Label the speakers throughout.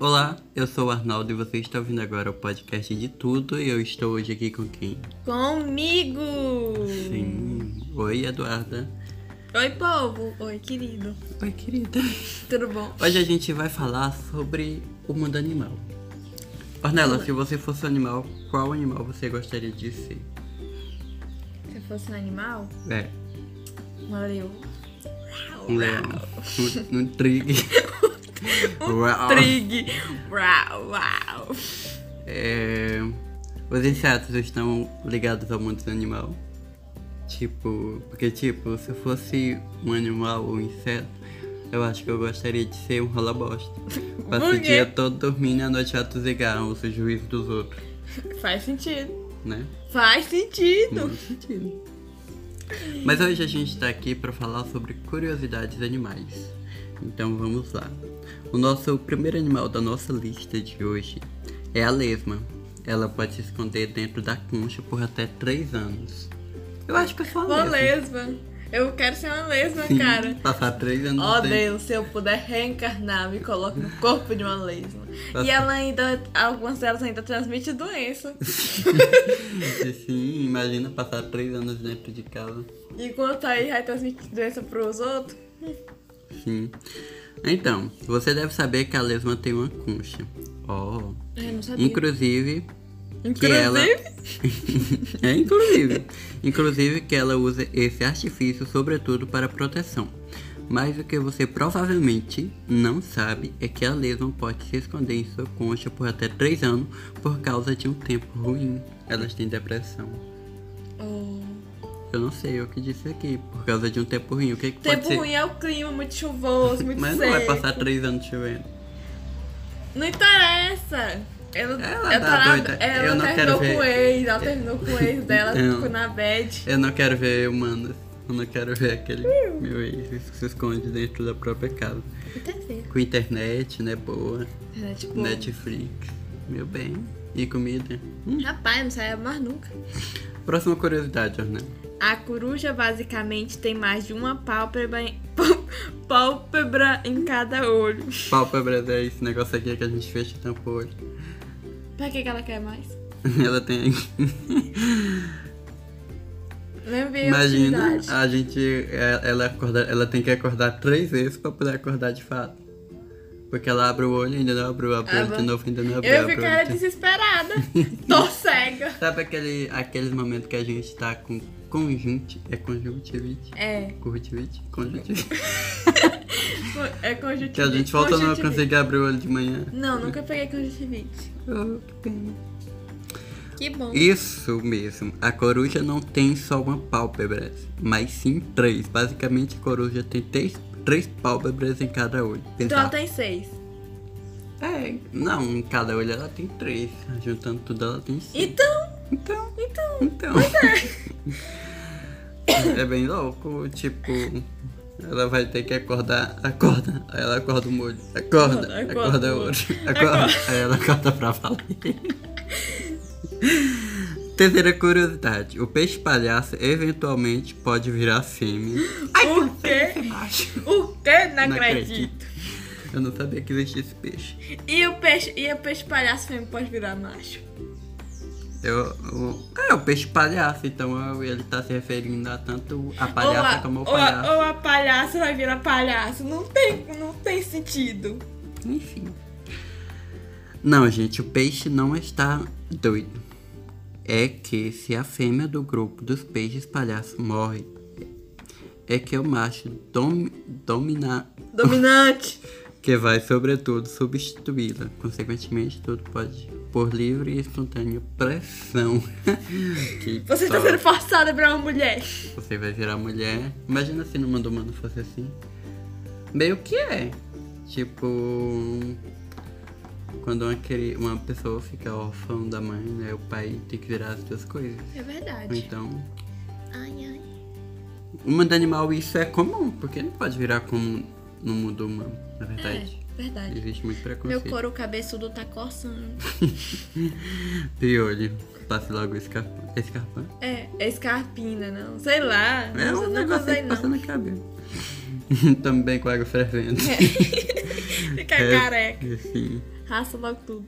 Speaker 1: Olá, eu sou o Arnaldo e você está ouvindo agora o podcast de tudo e eu estou hoje aqui com quem?
Speaker 2: Comigo!
Speaker 1: Sim. Oi, Eduarda.
Speaker 2: Oi, povo! Oi, querido!
Speaker 1: Oi, querida.
Speaker 2: Tudo bom?
Speaker 1: Hoje a gente vai falar sobre o mundo animal. Ornella, se você fosse um animal, qual animal você gostaria de ser?
Speaker 2: Se eu fosse um animal,
Speaker 1: É,
Speaker 2: um leão.
Speaker 1: um leão, um, um trigue. Uau.
Speaker 2: Trig! Um Uau, uau!
Speaker 1: É, os insetos estão ligados ao mundo animal. Tipo, porque tipo, se eu fosse um animal ou um inseto, eu acho que eu gostaria de ser um rola bosta. Passo
Speaker 2: Por
Speaker 1: o
Speaker 2: quê?
Speaker 1: dia todo dormindo e à noite atuzegar o juízo dos outros,
Speaker 2: Faz sentido.
Speaker 1: né?
Speaker 2: Faz sentido!
Speaker 1: Muito sentido. Mas hoje a gente tá aqui pra falar sobre curiosidades animais. Então vamos lá. O nosso primeiro animal da nossa lista de hoje é a lesma. Ela pode se esconder dentro da concha por até 3 anos. Eu acho que eu sou a
Speaker 2: Uma
Speaker 1: lesma.
Speaker 2: lesma! Eu quero ser uma lesma,
Speaker 1: Sim,
Speaker 2: cara!
Speaker 1: Passar 3 anos
Speaker 2: Ó
Speaker 1: dentro.
Speaker 2: Deus, se eu puder reencarnar, me coloco no corpo de uma lesma.
Speaker 1: Tá
Speaker 2: E ela ainda, algumas delas ainda transmitem doença.
Speaker 1: Sim, imagina passar 3 anos dentro de casa.
Speaker 2: Enquanto aí vai transmitir doença pros outros.
Speaker 1: Sim. Então, você deve saber que a lesma tem uma concha. Oh.
Speaker 2: Eu não sabia.
Speaker 1: Inclusive, que
Speaker 2: Inclusive,
Speaker 1: ela. é, inclusive. Inclusive que ela usa esse artifício sobretudo para proteção. Mas o que você provavelmente não sabe é que a lesma pode se esconder em sua concha por até 3 anos por causa de um tempo ruim. Elas têm depressão.
Speaker 2: Oh.
Speaker 1: Eu não sei o que disse aqui. Por causa de um tempo ruim. O que, que pode
Speaker 2: Tempo
Speaker 1: ser?
Speaker 2: ruim é o clima, muito chuvoso, muito
Speaker 1: Mas
Speaker 2: seco.
Speaker 1: não vai passar 3 anos chovendo.
Speaker 2: Não interessa. Ela,
Speaker 1: Ela
Speaker 2: ela,
Speaker 1: tá
Speaker 2: tá na-
Speaker 1: doida.
Speaker 2: ela
Speaker 1: Eu não quero
Speaker 2: terminou
Speaker 1: ver.
Speaker 2: com o ex, ela terminou com o ex dela,
Speaker 1: Não.
Speaker 2: ficou na bad.
Speaker 1: Eu não quero ver humanos. Eu não quero ver aquele
Speaker 2: Hum.
Speaker 1: meu ex que se esconde dentro da própria casa.
Speaker 2: Interfere.
Speaker 1: Com internet, né? Boa.
Speaker 2: É, tipo,
Speaker 1: Netflix. Meu bem. E comida. Hum.
Speaker 2: rapaz, não saia mais nunca.
Speaker 1: Próxima curiosidade, Ornella.
Speaker 2: A coruja basicamente tem mais de uma pálpebra em, pálpebra em cada olho.
Speaker 1: Pálpebras é esse negócio aqui que a gente fecha então, e tampa o olho.
Speaker 2: Pra que, que ela quer mais?
Speaker 1: Ela tem.
Speaker 2: Lembrei a
Speaker 1: Imagina, Ah,
Speaker 2: utilidade.
Speaker 1: a gente. é, Ela, acorda, ela tem que acordar três vezes pra poder acordar de fato. Porque ela abre o olho, ainda não abriu, abre o olho de
Speaker 2: Aba.
Speaker 1: novo, ainda não abriu.
Speaker 2: Eu assim.
Speaker 1: abre o
Speaker 2: ficaria
Speaker 1: olho de-
Speaker 2: desesperada. Tô cega.
Speaker 1: Sabe aquele, aqueles momentos que a gente tá com conjunte, é conjuntivite?
Speaker 2: É,
Speaker 1: Conjuntivite? Conjuntivite.
Speaker 2: co- é conjuntivite.
Speaker 1: Que Então, a gente volta não
Speaker 2: conjuntivite.
Speaker 1: conseguir abrir o olho de manhã.
Speaker 2: Não, nunca peguei um conjuntivite.
Speaker 1: Oh, que pena.
Speaker 2: Que bom.
Speaker 1: Isso mesmo, a coruja não tem só uma pálpebra, mas sim três. Basicamente, a coruja tem três, três pálpebras em cada olho.
Speaker 2: Então ela
Speaker 1: Pensar-
Speaker 2: tem seis.
Speaker 1: É, não, em cada olho ela tem três. Juntando tudo, ela tem cinco.
Speaker 2: Então,
Speaker 1: Então,
Speaker 2: então.
Speaker 1: então. é bem louco, tipo. Ela vai ter que acordar, acorda, aí ela acorda o molho, acorda, acorda
Speaker 2: Acorda, acorda o
Speaker 1: o
Speaker 2: molho.
Speaker 1: outro, acorda, aí ela acorda pra valer. Terceira curiosidade, o peixe palhaço eventualmente pode virar fêmea.
Speaker 2: o quê?
Speaker 1: Macho.
Speaker 2: O quê? Não, acredito.
Speaker 1: Eu não sabia que existia esse peixe.
Speaker 2: E o peixe, e o peixe palhaço fêmea pode virar macho?
Speaker 1: Eu, o- é, o peixe palhaço, então eu- ele tá se referindo a tanto a palhaça como ao
Speaker 2: ou, a,
Speaker 1: palhaço.
Speaker 2: ou a palhaça vai virar palhaço. Não tem, não tem sentido.
Speaker 1: Enfim. Não, gente, o peixe não está doido. É que se a fêmea do grupo dos peixes palhaços morre, é que o macho dom, dominar
Speaker 2: Dominante.
Speaker 1: que vai, sobretudo, substituí-la. Consequentemente, tudo pode por livre e espontânea pressão. que
Speaker 2: Você tá está
Speaker 1: só
Speaker 2: sendo forçada a virar uma mulher.
Speaker 1: você vai virar mulher. Imagina se no mundo humano fosse assim. Meio que é. Tipo. Quando uma, cri- uma pessoa fica órfã da mãe, né? O pai tem que virar as duas coisas.
Speaker 2: É
Speaker 1: Ou
Speaker 2: verdade.
Speaker 1: Então.
Speaker 2: Ai, ai.
Speaker 1: No mundo animal isso é comum, porque não pode virar comum no mundo humano, na verdade.
Speaker 2: É, verdade.
Speaker 1: Existe muito
Speaker 2: Meu
Speaker 1: preconceito.
Speaker 2: couro cabeçudo tá coçando.
Speaker 1: Piolho. Passe logo escarpão. Escarpão?
Speaker 2: É, é escarpina, não. Sei lá.
Speaker 1: É
Speaker 2: não,
Speaker 1: um
Speaker 2: não
Speaker 1: negócio
Speaker 2: usei,
Speaker 1: que passa
Speaker 2: não.
Speaker 1: no cabelo. Também com água fervendo.
Speaker 2: Fica
Speaker 1: É,
Speaker 2: careca.
Speaker 1: Assim.
Speaker 2: Raça logo tudo.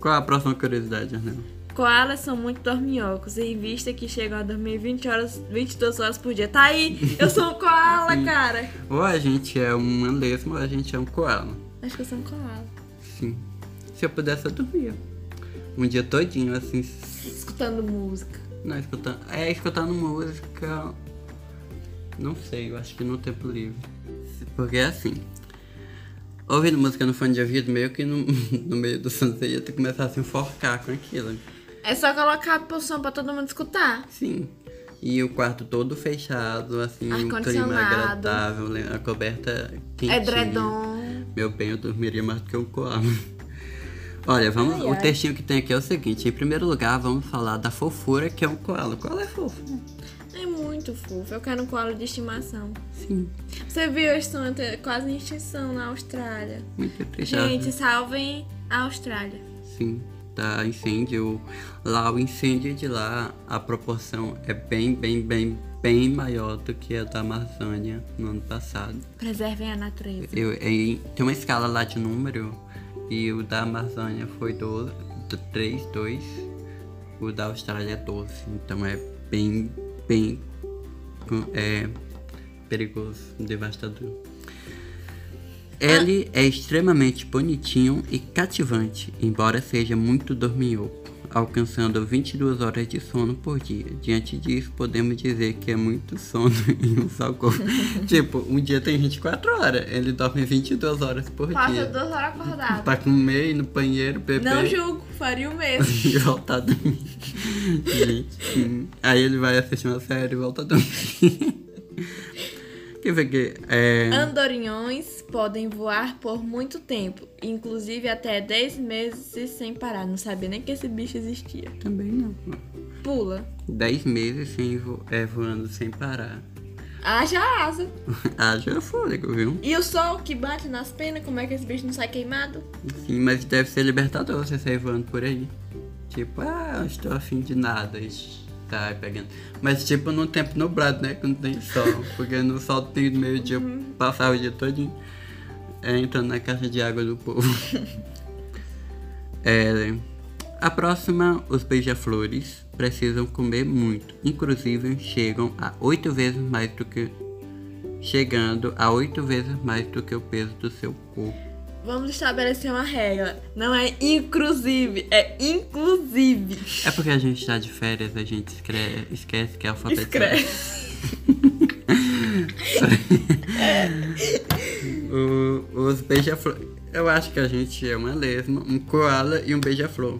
Speaker 1: Qual é a próxima curiosidade, Arnel?
Speaker 2: Koalas são muito dorminhocos e vista que chegam a dormir 20 horas, 22 horas por dia. Tá aí, eu sou um koala, cara.
Speaker 1: Ou a gente é uma lesma ou a gente é um koala.
Speaker 2: Acho que eu sou um koala.
Speaker 1: Sim. Se eu pudesse, eu dormia. Um dia todinho, assim,
Speaker 2: Escutando música.
Speaker 1: não escutando. É, escutando música. Não sei, eu acho que no tempo livre. Porque é assim. Ouvindo música no fone de ouvido, meio que no, no meio do sono você ia ter que começar a se enforcar com aquilo.
Speaker 2: É só colocar pro som pra todo mundo escutar.
Speaker 1: Sim. E o quarto todo fechado, assim, um clima
Speaker 2: Ar-condicionado.
Speaker 1: agradável, le- a coberta
Speaker 2: É
Speaker 1: quentinha.
Speaker 2: Edredom.
Speaker 1: Meu bem, eu dormiria mais do que um koala. Olha, vamos,
Speaker 2: Ai,
Speaker 1: o
Speaker 2: ai.
Speaker 1: textinho que tem aqui é o seguinte. Em primeiro lugar, vamos falar da fofura que é um koala. O koala é fofo.
Speaker 2: É muito fofo. Eu quero um koala de estimação.
Speaker 1: Sim,
Speaker 2: Você viu, eles estão até quase em extinção na Austrália.
Speaker 1: muito triste.
Speaker 2: Gente, salvem a Austrália.
Speaker 1: Sim, tá incêndio. Lá o incêndio de lá, a proporção é bem, bem, bem, bem maior do que a da Amazônia no ano passado.
Speaker 2: Preservem a natureza.
Speaker 1: Eu, em- tem uma escala lá de número e o da Amazônia foi 12, do- 3, 2, o da Austrália é 12. Então é bem, bem com- é, perigoso, devastador. Ele é extremamente bonitinho e cativante, embora seja muito dorminhoco, alcançando 22 horas de sono por dia. Diante disso, podemos dizer que é muito sono em um só corpo. tipo, um dia tem 24 horas, ele dorme 22 horas por
Speaker 2: Passa
Speaker 1: dia.
Speaker 2: duas horas acordada.
Speaker 1: Pra comer, ir no banheiro, beber
Speaker 2: Não julgo, faria o mesmo.
Speaker 1: e voltar a dormir. Gente, hum. aí ele vai assistir uma série e volta a dormir. Quer ver que é...
Speaker 2: Andorinhões podem voar por muito tempo, inclusive até 10 meses sem parar. Não sabia nem que esse bicho existia.
Speaker 1: Também não.
Speaker 2: Pula.
Speaker 1: 10 meses sem vo- é, voando sem parar.
Speaker 2: Haja asa.
Speaker 1: Haja fôlego, viu?
Speaker 2: E o sol que bate nas penas, como é que esse bicho não sai queimado?
Speaker 1: Sim, mas deve ser libertador você sair voando por aí. Tipo, ah, não estou afim de nada. e Tá pegando. Mas tipo num tempo nublado, né? Quando tem sol. Porque no sol tem meio dia passar o dia todinho é, entrando na caixa de água do povo. É, a próxima, os beija-flores precisam comer muito. Inclusive chegam a oito vezes mais do que. Chegando a oito vezes mais do que o peso do seu corpo.
Speaker 2: Vamos estabelecer uma regra. Não é inclusive, é inclusive.
Speaker 1: É porque a gente tá de férias, a gente escre- esquece que é alfabetizado.
Speaker 2: Escreve.
Speaker 1: O- os beija-flor. Eu acho que a gente é uma lesma, um koala e um beija-flor.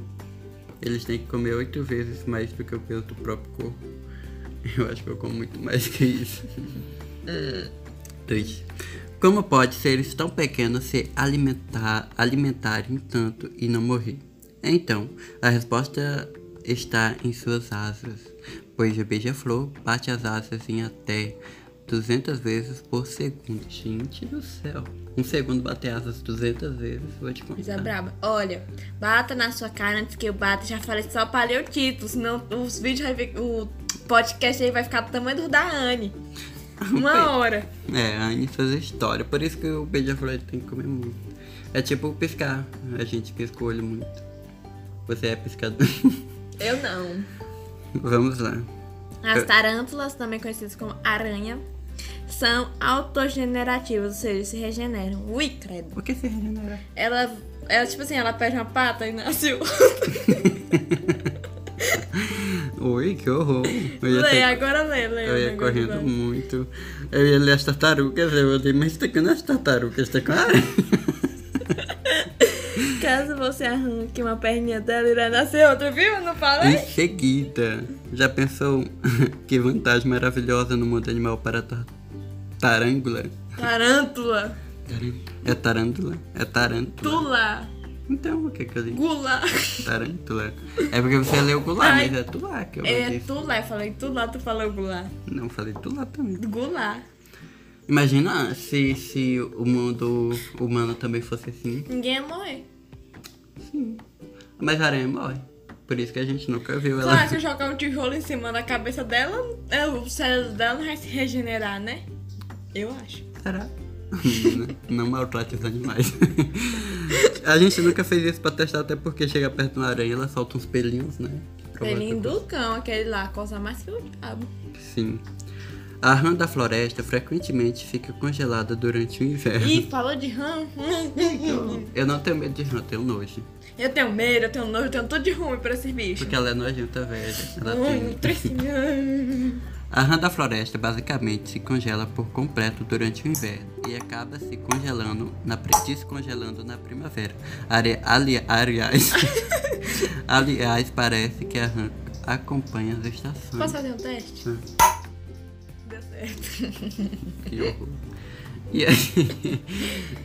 Speaker 1: Eles têm que comer oito vezes mais do que o peso do próprio corpo. Eu acho que eu como muito mais que isso. Triste. Como pode seres tão pequenos se alimentar, alimentarem tanto e não morrer? Então, a resposta está em suas asas, pois a beija-flor bate as asas em até 200 vezes por segundo. Gente do céu. Um segundo bater asas 200 vezes, vou te
Speaker 2: Mas é
Speaker 1: contar.
Speaker 2: braba. Olha, bata na sua cara antes que eu bata. Já falei só paleotito, senão os vídeos vai fi- O podcast aí vai ficar do tamanho do da Anne. Uma hora.
Speaker 1: É, a Anne faz história. Por isso que o beija-flor tem que comer muito. É tipo piscar. A gente pisca o olho muito. Você é piscador.
Speaker 2: Eu não.
Speaker 1: Vamos lá. É.
Speaker 2: As tarântulas, também conhecidas como aranha, são autogenerativas, ou seja, se regeneram. Ui, credo.
Speaker 1: O que se regenera?
Speaker 2: Ela, ela, tipo assim, ela perde uma pata e nasce outra.
Speaker 1: Oi, que horror. Eu ia,
Speaker 2: Lê,
Speaker 1: ter-
Speaker 2: agora lê, lê.
Speaker 1: eu
Speaker 2: o
Speaker 1: ia
Speaker 2: negócio
Speaker 1: correndo
Speaker 2: lá.
Speaker 1: muito. Eu ia ler as tartarugas, eu olhei, mas tem que não é as tartarugas, tem que não
Speaker 2: Caso você arranque uma perninha dela, irá nascer outra, viu? Não
Speaker 1: Em
Speaker 2: falei?
Speaker 1: seguida, já pensou que vantagem maravilhosa no mundo animal para a tar- tarângula?
Speaker 2: Tarântula,
Speaker 1: É tarântula? É tarântula.
Speaker 2: tula,
Speaker 1: Então, o que que eu li?
Speaker 2: gula.
Speaker 1: Tarântula. É porque você leu gular,
Speaker 2: Ai.
Speaker 1: mas é tulá que eu
Speaker 2: É
Speaker 1: disse.
Speaker 2: tula, eu falei tula, tu falou gula.
Speaker 1: Não, falei tulá também.
Speaker 2: Gula.
Speaker 1: Imagina se, se o mundo humano também fosse assim.
Speaker 2: Ninguém ia morrer.
Speaker 1: Mas a aranha morre. Por isso que a gente nunca viu ela.
Speaker 2: Claro, se eu jogar um tijolo em cima da cabeça dela, é, o cérebro dela não vai se regenerar, né? Eu acho.
Speaker 1: Será? não maltrate os animais. A gente nunca fez isso pra testar, até porque chega perto de uma aranha, ela solta uns pelinhos, né? Que provoca-
Speaker 2: Pelinho do cão, aquele lá, coisa mais que o diabo.
Speaker 1: Sim. A rã da floresta frequentemente fica congelada durante o inverno.
Speaker 2: Ih, falou de rã.
Speaker 1: Eu não tenho medo de rã, eu tenho nojo.
Speaker 2: Eu tenho medo, eu tenho nojo, eu tenho tudo de ruim pra esse bicho.
Speaker 1: Porque ela é nojenta, velha. Ela
Speaker 2: Hum,
Speaker 1: tem...
Speaker 2: nutricinha.
Speaker 1: A rã da floresta basicamente se congela por completo durante o inverno e acaba se congelando na pri- descongelando na primavera. Are- ali- aliás, aliás, parece que a rã acompanha as estações.
Speaker 2: Posso fazer um teste?
Speaker 1: Sim.
Speaker 2: Deu certo.
Speaker 1: Que horror. E aí,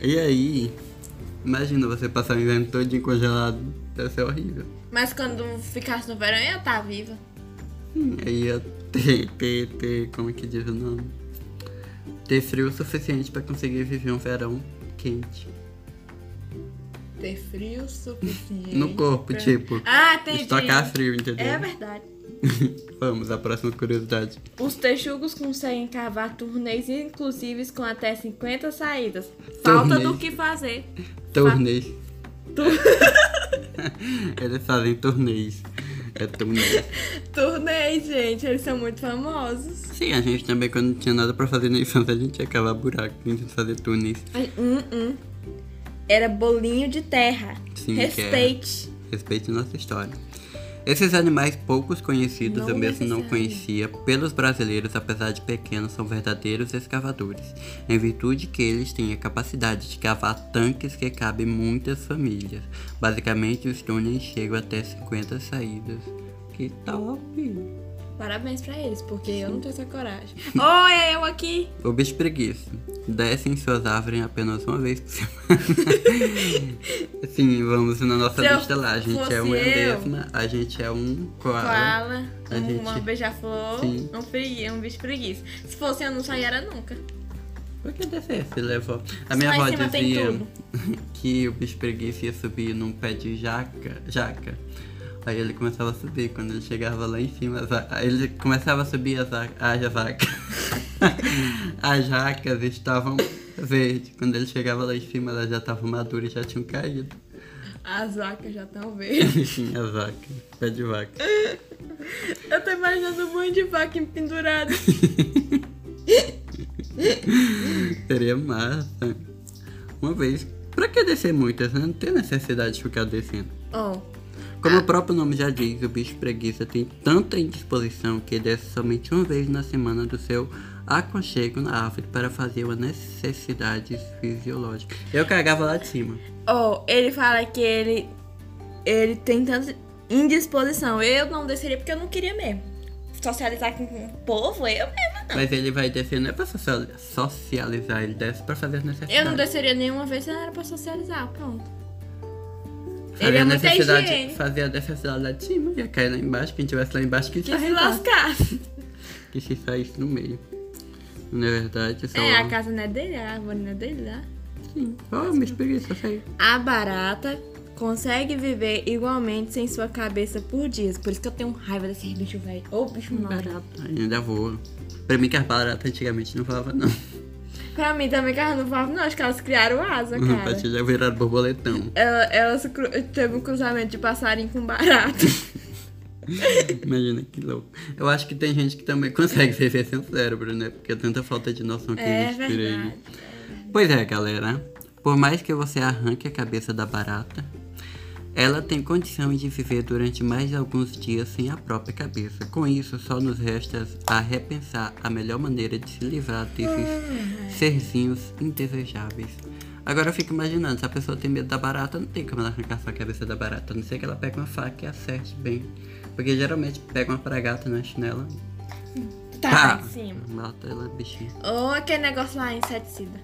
Speaker 1: e aí, imagina você passar o inverno todo congelado, deve ser horrível.
Speaker 2: Mas quando ficasse no verão, eu ia estar viva.
Speaker 1: Hum, Aí ia ter, ter, ter, como é que diz o nome? Ter frio o suficiente pra conseguir viver um verão quente.
Speaker 2: Ter frio suficiente.
Speaker 1: No corpo, tipo.
Speaker 2: Ah, entendi.
Speaker 1: Estocar frio, entendeu?
Speaker 2: É verdade.
Speaker 1: Vamos à próxima curiosidade.
Speaker 2: Os texugos conseguem cavar turnês inclusives com até 50 saídas. Falta
Speaker 1: Turnês.
Speaker 2: do que fazer.
Speaker 1: Torneios.
Speaker 2: Tu-
Speaker 1: Eles fazem torneios. É torneio.
Speaker 2: Turnês, gente, eles são muito famosos.
Speaker 1: Sim, a gente também, quando não tinha nada pra fazer na infância, a gente ia cavar buraco, a gente ia fazer túneis.
Speaker 2: Ai, hum, hum. Era bolinho de terra.
Speaker 1: Sim, é.
Speaker 2: Respeite.
Speaker 1: Respeite nossa história. Esses animais poucos conhecidos,
Speaker 2: Não
Speaker 1: eu mesmo não
Speaker 2: necessariamente.
Speaker 1: conhecia, pelos brasileiros, apesar de pequenos, são verdadeiros escavadores, em virtude que eles têm a capacidade de cavar tanques que cabem muitas famílias. Basicamente, os túneis chegam até 50 saídas. Que tal?
Speaker 2: Parabéns pra eles, porque eu não tenho essa coragem. Oi, é eu aqui.
Speaker 1: O bicho preguiça. Descem suas árvores apenas uma vez por semana. Sim, vamos na nossa
Speaker 2: Se eu
Speaker 1: lista lá. A gente
Speaker 2: fosse
Speaker 1: é um
Speaker 2: eu-
Speaker 1: endesma, a gente é um koala.
Speaker 2: Koala,
Speaker 1: A
Speaker 2: um-
Speaker 1: gente-
Speaker 2: uma beija-flor,
Speaker 1: Sim.
Speaker 2: um, pregui, um bicho preguiça. Se fosse eu, não saíra nunca.
Speaker 1: Por que descer? Se levou. A minha
Speaker 2: lá em
Speaker 1: avó
Speaker 2: cima tem
Speaker 1: dizia
Speaker 2: tudo.
Speaker 1: que o bicho preguiça ia subir num pé de jaca. jaca. Aí ele começava a subir. Quando ele chegava lá em cima, as a- aí ele começava a subir as a, a jaca. as jacas estavam verdes. Quando ele chegava lá em cima, elas já estavam maduras e já tinham caído.
Speaker 2: As vacas já estão verdes.
Speaker 1: Enfim, as vacas. Pé de vaca.
Speaker 2: Eu tô imaginando um monte de vaca pendurada.
Speaker 1: Seria massa. Uma vez. Pra que descer muitas, né? Não tem necessidade de ficar descendo.
Speaker 2: Oh,
Speaker 1: Como o próprio nome já diz, o bicho preguiça tem tanta indisposição que desce somente uma vez na semana do seu aconchego na árvore para fazer as necessidades fisiológicas. Eu cagava lá de cima.
Speaker 2: oh, ele fala que ele, ele tem tanta indisposição. Eu não desceria porque eu não queria mesmo. Socializar com o povo, eu mesmo não.
Speaker 1: Mas ele vai descer não é pra socia- socializar, ele desce pra fazer as
Speaker 2: Eu
Speaker 1: necessidades.
Speaker 2: não desceria nenhuma vez se não era pra socializar, pronto.
Speaker 1: Fazer
Speaker 2: Ele é
Speaker 1: a
Speaker 2: muita
Speaker 1: necessidade,
Speaker 2: higiene.
Speaker 1: Fazer a necessidade lá de cima, ia cair lá embaixo, quem tivesse lá embaixo que
Speaker 2: Que se
Speaker 1: sair lá.
Speaker 2: lascasse.
Speaker 1: Que se saísse no meio. Na verdade, só...
Speaker 2: É, a casa não é dele, a árvore não é dele lá.
Speaker 1: Sim. Oh, bicho preguiça, saiu.
Speaker 2: A barata consegue viver igualmente sem sua cabeça por dias. Por isso que eu tenho raiva desses bichos, velho. Ô, bicho mal.
Speaker 1: Barata. Ainda voa. Pra mim que as baratas antigamente não voavam, não.
Speaker 2: Pra mim também que elas não falam, não. Acho que elas criaram asa,
Speaker 1: Uhum,
Speaker 2: cara.
Speaker 1: Pra já virar borboletão.
Speaker 2: Ela, elas cru- teve um cruzamento de passarinho com barata.
Speaker 1: Imagina que louco. Eu acho que tem gente que também consegue viver sem o cérebro, né? Porque é tanta falta de noção que
Speaker 2: é
Speaker 1: existe por aí.
Speaker 2: verdade.
Speaker 1: Pois é, galera. Por mais que você arranque a cabeça da barata, ela tem condição de viver durante mais alguns dias sem a própria cabeça. Com isso, só nos resta a repensar a melhor maneira de se livrar
Speaker 2: Uhum.
Speaker 1: desses serzinhos indesejáveis. Agora eu fico imaginando, se a pessoa tem medo da barata, não tem como ela arrancar só a cabeça da barata, a não ser que ela pegue uma faca e acerte bem. Porque geralmente pega uma pragata na chinela e
Speaker 2: Tá,
Speaker 1: Tá.
Speaker 2: lá em cima.
Speaker 1: mata ela, bichinha.
Speaker 2: Ou aquele negócio lá, inseticida.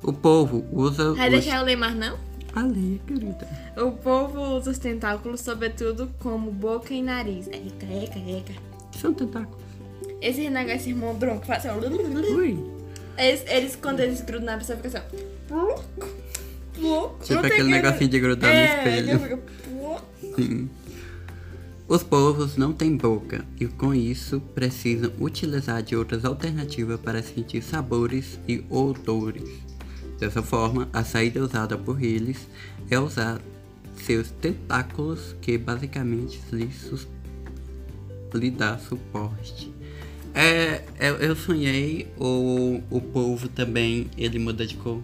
Speaker 1: O povo usa
Speaker 2: Vai
Speaker 1: os...
Speaker 2: deixar eu ler mais, não?
Speaker 1: Ali, querida.
Speaker 2: O povo usa os tentáculos, sobretudo, como boca e nariz. É, Eca, eca, eca.
Speaker 1: São tentáculos.
Speaker 2: Esse negócio, esse irmão bronco, faz assim, ó.
Speaker 1: Ui.
Speaker 2: Eles, eles, quando eles grudam na pessoa, fica assim, ó. Pluc, pluc.
Speaker 1: Tipo
Speaker 2: Não tem
Speaker 1: aquele
Speaker 2: que-
Speaker 1: negocinho de grudar no
Speaker 2: é,
Speaker 1: espelho.
Speaker 2: que fica pluc.
Speaker 1: Sim. Os povos não têm boca e com isso precisam utilizar de outras alternativas para sentir sabores e odores. Dessa forma, a saída usada por eles é usar seus tentáculos, que basicamente lhes sus- lhe dá suporte. É, eu, eu sonhei, ou o povo também, ele muda de cor?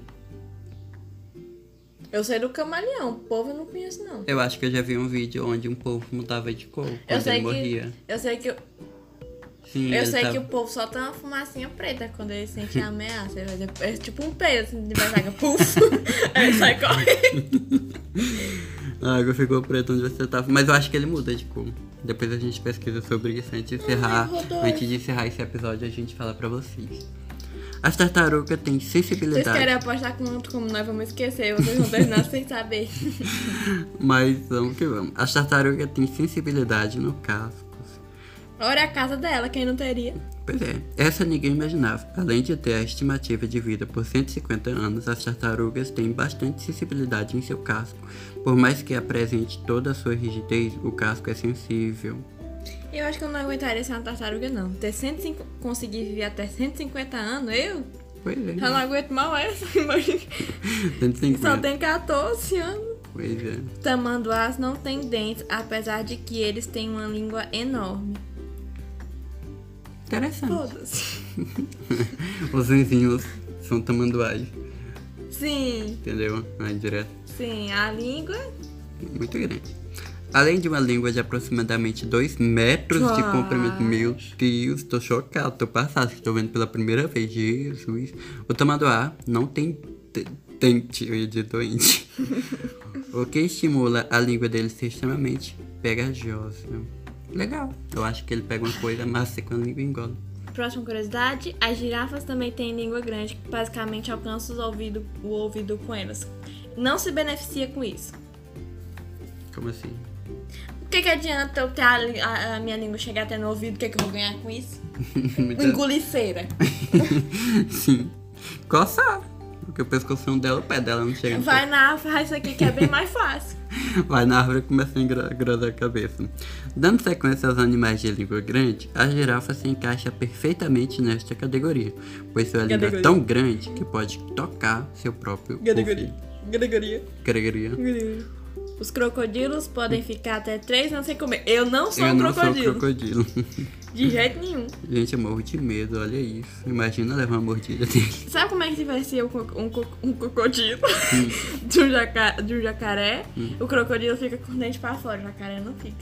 Speaker 2: Eu sei do camaleão, o povo eu não conheço, não.
Speaker 1: Eu acho que eu já vi um vídeo onde um povo mudava de cor quando
Speaker 2: Eu
Speaker 1: ele
Speaker 2: sei que.
Speaker 1: morria.
Speaker 2: Eu sei que.
Speaker 1: Sim,
Speaker 2: Eu
Speaker 1: ele tá-
Speaker 2: sei
Speaker 1: tava-
Speaker 2: que o povo solta uma fumacinha preta quando ele sente a ameaça. Ele vai de- É tipo um peido assim de vazaga. Puf! Aí ele sai correndo.
Speaker 1: A água ficou preta onde você tava. Mas eu acho que ele muda de cor. Depois a gente pesquisa sobre isso antes de encerrar.
Speaker 2: Rodolfo.
Speaker 1: antes de encerrar esse episódio, a gente fala pra vocês. As tartarugas têm
Speaker 2: Vocês
Speaker 1: sensibilidade,
Speaker 2: querem apostar quanto como nós vamos esquecer, vocês vão terminar sem saber.
Speaker 1: mas vamos que vamos. As tartarugas têm sensibilidade no casco.
Speaker 2: Olha a casa dela, quem não teria?
Speaker 1: Pois é, essa ninguém imaginava. Além de ter a estimativa de vida por 150 anos, as tartarugas têm bastante sensibilidade em seu casco. Por mais que apresente toda a sua rigidez, o casco é sensível.
Speaker 2: Eu acho que eu não aguentaria ser uma tartaruga, não. Ter 150, conseguir viver até 150 anos, eu
Speaker 1: Pois é.
Speaker 2: já não aguento mal essa, imagina. Só
Speaker 1: 150.
Speaker 2: tem 14 anos.
Speaker 1: né? Pois é.
Speaker 2: Tamanduás não tem dentes, apesar de que eles têm uma língua enorme.
Speaker 1: Interessante.
Speaker 2: Todas.
Speaker 1: Os vizinhos são tamanduás,
Speaker 2: Sim,
Speaker 1: entendeu? A indireta
Speaker 2: sim. A língua.
Speaker 1: é muito grande. Além de uma língua de aproximadamente 2 metros de
Speaker 2: Uau.
Speaker 1: comprimento. Meu Deus, tô chocado, tô passado, estou vendo pela primeira vez. Jesus. O tamanduá não tem te- dente, eu ia dizer doente. o que estimula a língua dele ser extremamente pegajosa. Legal. Eu acho que ele pega uma coisa massa com a língua e engole.
Speaker 2: Próxima curiosidade: as girafas também têm língua grande, que basicamente alcança os ouvido, o ouvido com elas. Não se beneficia com isso.
Speaker 1: Como assim?
Speaker 2: O que, que adianta eu ter a, li- a- a minha língua chegar até no ouvido? O que, que eu vou ganhar com isso?
Speaker 1: Muita-
Speaker 2: Engolir cera.
Speaker 1: É Sim. Coçar. Porque o pescoção dela, o pé dela não chega. no
Speaker 2: Vai na faz isso aqui que é bem mais fácil.
Speaker 1: pescoço. Vai na árvore e começa a engra- engrosar a cabeça. Dando sequência aos animais de língua grande, a girafa se encaixa perfeitamente nesta categoria, pois sua língua é
Speaker 2: Categoria.
Speaker 1: tão grande que pode tocar seu próprio
Speaker 2: Categoria.
Speaker 1: ouvido.
Speaker 2: Categoria.
Speaker 1: Categoria.
Speaker 2: Os crocodilos podem ficar até três anos sem comer. Eu não sou
Speaker 1: Eu
Speaker 2: um
Speaker 1: não
Speaker 2: crocodilo.
Speaker 1: sou crocodilo.
Speaker 2: De jeito nenhum.
Speaker 1: Gente, eu morro de medo, olha isso. Imagina levar uma mordida dele.
Speaker 2: Sabe como é que se parecia um, co- um, co- um crocodilo?
Speaker 1: Hum.
Speaker 2: de, um jaca- de um jacaré. O crocodilo fica com o dente pra fora, o jacaré não fica.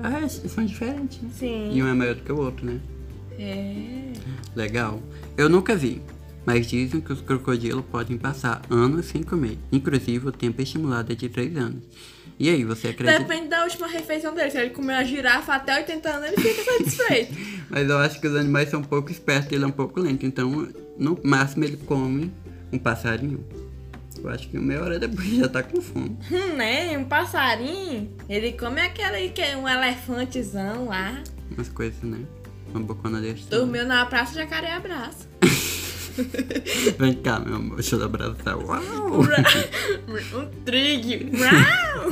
Speaker 1: Ah, são diferentes, né? E
Speaker 2: Sim.
Speaker 1: um é maior do que o outro, né?
Speaker 2: É.
Speaker 1: Legal. Eu nunca vi, mas dizem que os crocodilos podem passar anos sem comer. Inclusive, o tempo estimulado é de 3 anos. E aí, você acredita?
Speaker 2: Depende da última refeição dele. Se ele comer a girafa até 80 anos, ele fica satisfeito.
Speaker 1: Mas eu acho que os animais são um pouco espertos e ele é um pouco lento. Então, no máximo, ele come um passarinho. Eu acho que meia hora depois já tá com fome.
Speaker 2: Hum, né? Um passarinho. Ele come aquele que é um elefantezão lá.
Speaker 1: Umas coisas, né? Uma bocona desse.
Speaker 2: Dormiu na praça, jacaré abraça.
Speaker 1: Vem cá, meu amor. Deixa eu abraçar. Uau!
Speaker 2: um trigo. Uau!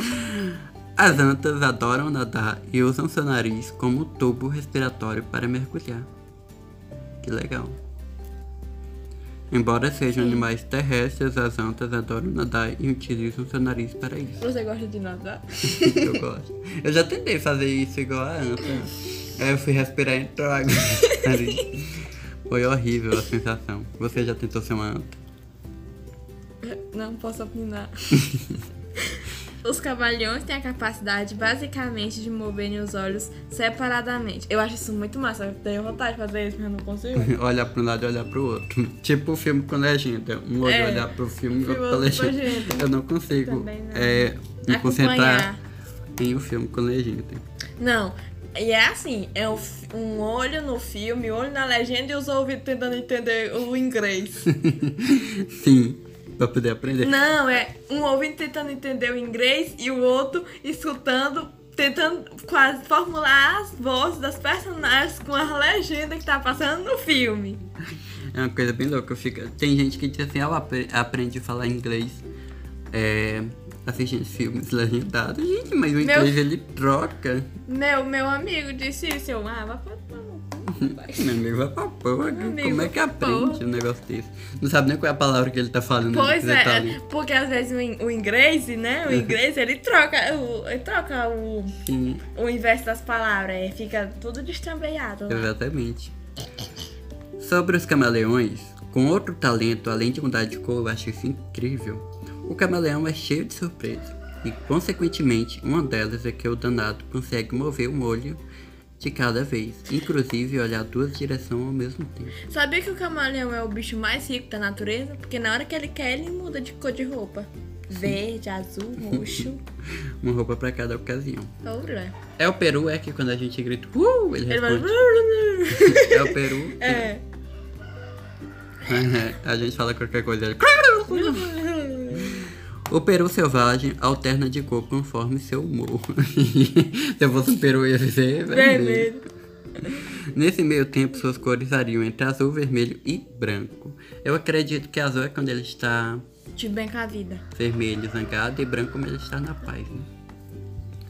Speaker 1: As antas adoram nadar e usam seu nariz como tubo respiratório para mergulhar. Que legal. Embora sejam animais terrestres, as antas adoram nadar e utilizam seu nariz para isso.
Speaker 2: Você gosta de nadar?
Speaker 1: Eu gosto. Eu já tentei fazer isso igual a anta. Aí eu fui respirar e entrou água. no nariz. Foi horrível a sensação. Você já tentou ser uma anta?
Speaker 2: Não posso opinar. Os cavalhões têm a capacidade, basicamente, de moverem os olhos separadamente. Eu acho isso muito massa. Eu tenho vontade de fazer isso, mas eu não consigo.
Speaker 1: Olhar para um lado e olhar para o outro. Tipo o filme com legenda. Um olho
Speaker 2: É.
Speaker 1: olhar para o filme e
Speaker 2: Filme
Speaker 1: outro para a
Speaker 2: outro pra
Speaker 1: legenda.
Speaker 2: legenda.
Speaker 1: Eu não consigo
Speaker 2: Também não.
Speaker 1: é, me
Speaker 2: Acompanhar.
Speaker 1: concentrar em um filme com legenda.
Speaker 2: Não. E é assim, é um, fi- um olho no filme, um olho na legenda e os ouvidos tentando entender o inglês.
Speaker 1: Sim, para poder aprender.
Speaker 2: Não, é um ouvindo tentando entender o inglês e o outro escutando, tentando quase formular as vozes das personagens com a legenda que tá passando no filme.
Speaker 1: É uma coisa bem louca. Eu fico... Tem gente que diz assim, ah, eu apre- aprendi a falar inglês é, assistindo filmes legendados. Gente, mas o
Speaker 2: Meu-
Speaker 1: inglês ele troca.
Speaker 2: Meu, meu amigo disse isso, eu, ah, vai pra tomar no cu. rapaz.
Speaker 1: Meu amigo vai pra porra.
Speaker 2: Amigo,
Speaker 1: Como é que
Speaker 2: vai pra porra.
Speaker 1: aprende um negócio desse? Não sabe nem qual é a palavra que ele tá falando. né,
Speaker 2: Pois
Speaker 1: que você
Speaker 2: é,
Speaker 1: tá
Speaker 2: é,
Speaker 1: ali.
Speaker 2: porque às vezes o, in- o inglês, né? O inglês, ele troca o, ele troca o,
Speaker 1: Sim,
Speaker 2: o inverso das palavras, e fica tudo destrambelhado. lá.
Speaker 1: exatamente. Sobre os camaleões, com outro talento além de mudar de cor, eu acho isso incrível. O camaleão é cheio de surpresa. E, consequentemente, uma delas é que o danado consegue mover um olho de cada vez, inclusive olhar duas direções ao mesmo tempo.
Speaker 2: Sabia que o camaleão é o bicho mais rico da natureza? Porque na hora que ele quer, ele muda de cor de roupa. Verde, azul, roxo,
Speaker 1: Uma roupa pra cada ocasião.
Speaker 2: ouro. né?
Speaker 1: É o peru, é que quando a gente grita, uh, ele
Speaker 2: Ele vai...
Speaker 1: responde. É o peru.
Speaker 2: É.
Speaker 1: a gente fala qualquer coisa. ele- O peru selvagem alterna de cor conforme seu humor. Se eu fosse um peru, eu ia dizer vermelho.
Speaker 2: Vermelho.
Speaker 1: Nesse meio tempo, suas cores variam entre azul, vermelho e branco. Eu acredito que azul é quando ele está
Speaker 2: Te bem Tipo, com a vida.
Speaker 1: vermelho, zangado, e branco quando ele está na paz. Né?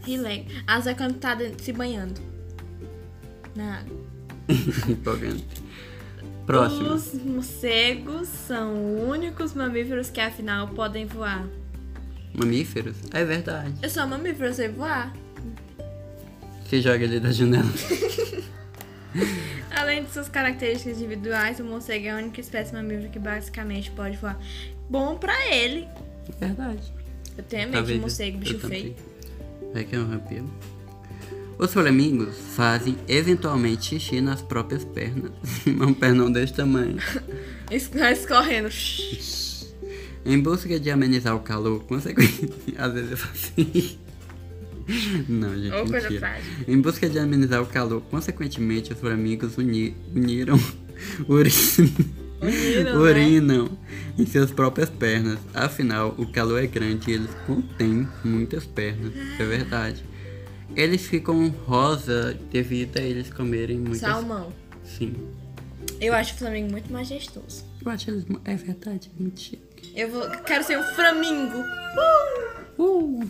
Speaker 2: Relax. Azul é quando tá dentro- se banhando. Na água.
Speaker 1: Empolgante. Próximo.
Speaker 2: Os morcegos são únicos mamíferos que afinal podem voar.
Speaker 1: Mamíferos? É verdade.
Speaker 2: Eu sou mamífero, eu sei voar.
Speaker 1: Se joga ele da janela.
Speaker 2: Além de suas características individuais, o morcego é a única espécie mamífera que basicamente pode voar. Bom pra ele.
Speaker 1: Verdade.
Speaker 2: Eu tenho medo de
Speaker 1: Talvez
Speaker 2: morcego,
Speaker 1: Tá eu
Speaker 2: bicho
Speaker 1: também.
Speaker 2: feio.
Speaker 1: É que é um vampiro. Os flamingos fazem eventualmente xixi nas próprias pernas. um pernão desse tamanho.
Speaker 2: Es- Nós correndo.
Speaker 1: Em busca de amenizar o calor, consequentemente. Às vezes eu faço assim. Não, gente.
Speaker 2: Ou coisa
Speaker 1: mentira.
Speaker 2: trágica.
Speaker 1: Em busca de amenizar o calor, consequentemente, os flamingos uni- uniram. urinam-
Speaker 2: Uniram, né?
Speaker 1: urinam em suas próprias pernas. Afinal, o calor é grande e eles contêm muitas pernas. É verdade. Eles ficam rosa devido a eles comerem muitas.
Speaker 2: Salmão.
Speaker 1: Sim.
Speaker 2: Eu acho o Flamengo muito majestoso.
Speaker 1: Eu acho eles. mu- É verdade, mentira.
Speaker 2: Eu vou. Quero ser um Flamingo.
Speaker 1: Uh!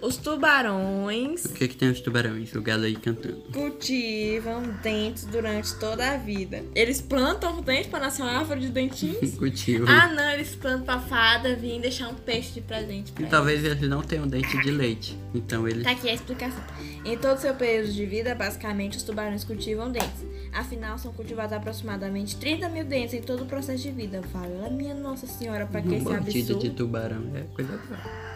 Speaker 2: Os tubarões
Speaker 1: O que, que tem os tubarões? O galo aí cantando.
Speaker 2: cultivam dentes durante toda a vida. Eles plantam os dentes pra nascer uma árvore de dentinhos?
Speaker 1: Cultivo.
Speaker 2: ah, não, eles plantam pra fada vir deixar um peixe de presente pra
Speaker 1: E
Speaker 2: ela.
Speaker 1: talvez eles não tenham dente de leite. Então eles.
Speaker 2: Tá aqui a explicação. Em todo seu período de vida, basicamente, os tubarões cultivam dentes. Afinal, são cultivados aproximadamente 30 mil dentes em todo o processo de vida. Fala, é minha nossa senhora, pra que
Speaker 1: Uma
Speaker 2: esse
Speaker 1: mordida um de
Speaker 2: absurdo?
Speaker 1: tubarão é coisa boa.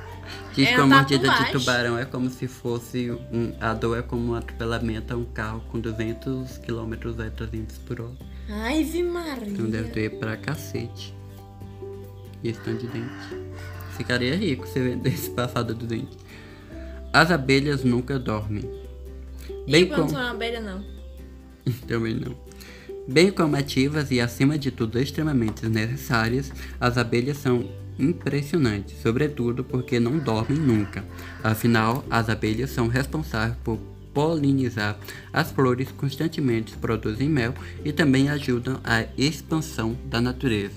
Speaker 1: Diz
Speaker 2: É
Speaker 1: que uma
Speaker 2: uma
Speaker 1: mordida de
Speaker 2: tatuagem.
Speaker 1: tubarão é como se fosse um. A dor é como um atropelamento a um carro com 200 km a 300 por hora.
Speaker 2: Ai, vi
Speaker 1: Então deve
Speaker 2: Maria.
Speaker 1: ter pra cacete. E esse tanto de dente. Ficaria rico se vendesse passada do dente. As abelhas nunca dormem.
Speaker 2: E
Speaker 1: Bem
Speaker 2: quando
Speaker 1: como.
Speaker 2: são uma abelha, não.
Speaker 1: Também não. Bem como ativas e, acima de tudo, extremamente necessárias, as abelhas são impressionantes, sobretudo porque não dormem nunca. Afinal, as abelhas são responsáveis por polinizar as flores constantemente, produzem mel e também ajudam à expansão da natureza.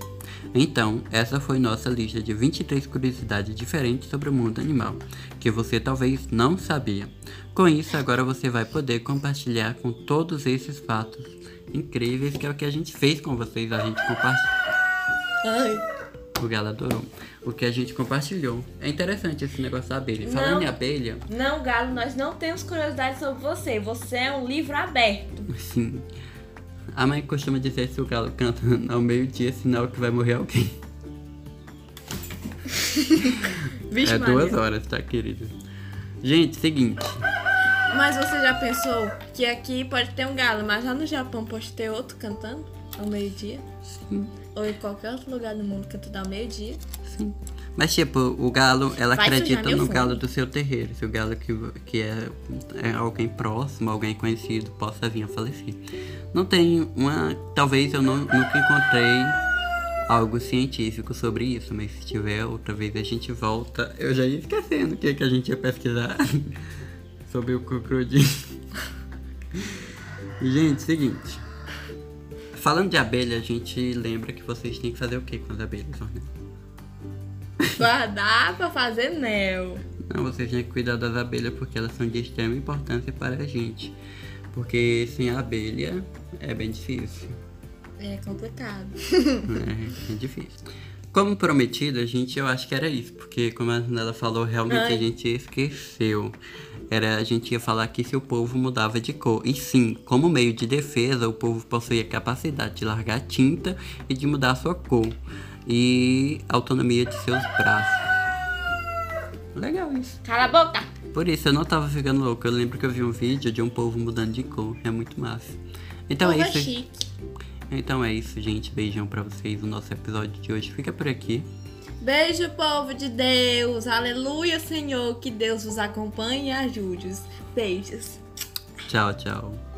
Speaker 1: Então, essa foi nossa lista de 23 curiosidades diferentes sobre o mundo animal, que você talvez não sabia. Com isso, agora você vai poder compartilhar com todos esses fatos incríveis, que é o que a gente fez com vocês, a gente compartilhou.
Speaker 2: Ai.
Speaker 1: O Galo adorou. O que a gente compartilhou. É interessante esse negócio da abelha.
Speaker 2: Não.
Speaker 1: Falando em abelha,
Speaker 2: Não, Galo, nós não temos curiosidade sobre você. Você é um livro aberto.
Speaker 1: assim, a mãe costuma dizer se o galo canta ao meio-dia, é sinal que vai morrer alguém.
Speaker 2: Vixe,
Speaker 1: é duas horas, tá, querido? Gente, seguinte.
Speaker 2: Mas você já pensou que aqui pode ter um galo, mas lá no Japão pode ter outro cantando ao meio-dia?
Speaker 1: Sim,
Speaker 2: Ou em qualquer outro lugar do mundo cantando ao meio-dia?
Speaker 1: sim. Mas tipo, o galo, ela
Speaker 2: Vai sujar
Speaker 1: acredita
Speaker 2: meu
Speaker 1: no
Speaker 2: fone.
Speaker 1: galo do seu terreiro. Se o galo que, que é, é alguém próximo, alguém conhecido, possa vir a falecer. Não tem uma. Talvez eu não, nunca encontrei algo científico sobre isso, mas se tiver, outra vez a gente volta. Eu já ia esquecendo o que, que a gente ia pesquisar sobre o crocodilo. gente, seguinte. Falando de abelha, a gente lembra que vocês têm que fazer o que com as abelhas, Ornella?
Speaker 2: Guardar pra fazer mel.
Speaker 1: Não, vocês têm que cuidar das abelhas porque elas são de extrema importância para a gente. Porque sem a abelha é bem difícil.
Speaker 2: É complicado.
Speaker 1: É, é difícil. Como prometido, a gente, eu acho que era isso, porque como a Nela falou, realmente
Speaker 2: Ai.
Speaker 1: a gente esqueceu. Era, a gente ia falar que se o povo mudava de cor. E sim, como meio de defesa, o povo possuía capacidade de largar tinta e de mudar sua cor. E autonomia de seus braços. Legal isso.
Speaker 2: Cala a boca!
Speaker 1: Por isso, eu não tava ficando louco. Eu lembro que eu vi um vídeo de um povo mudando de cor. É muito massa. Então
Speaker 2: Porra,
Speaker 1: é isso.
Speaker 2: chique.
Speaker 1: Então é isso, gente. Beijão pra vocês. O nosso episódio de hoje fica por aqui.
Speaker 2: Beijo, povo de Deus. Aleluia, Senhor. Que Deus vos acompanhe e ajude-os. Beijos.
Speaker 1: Tchau, tchau.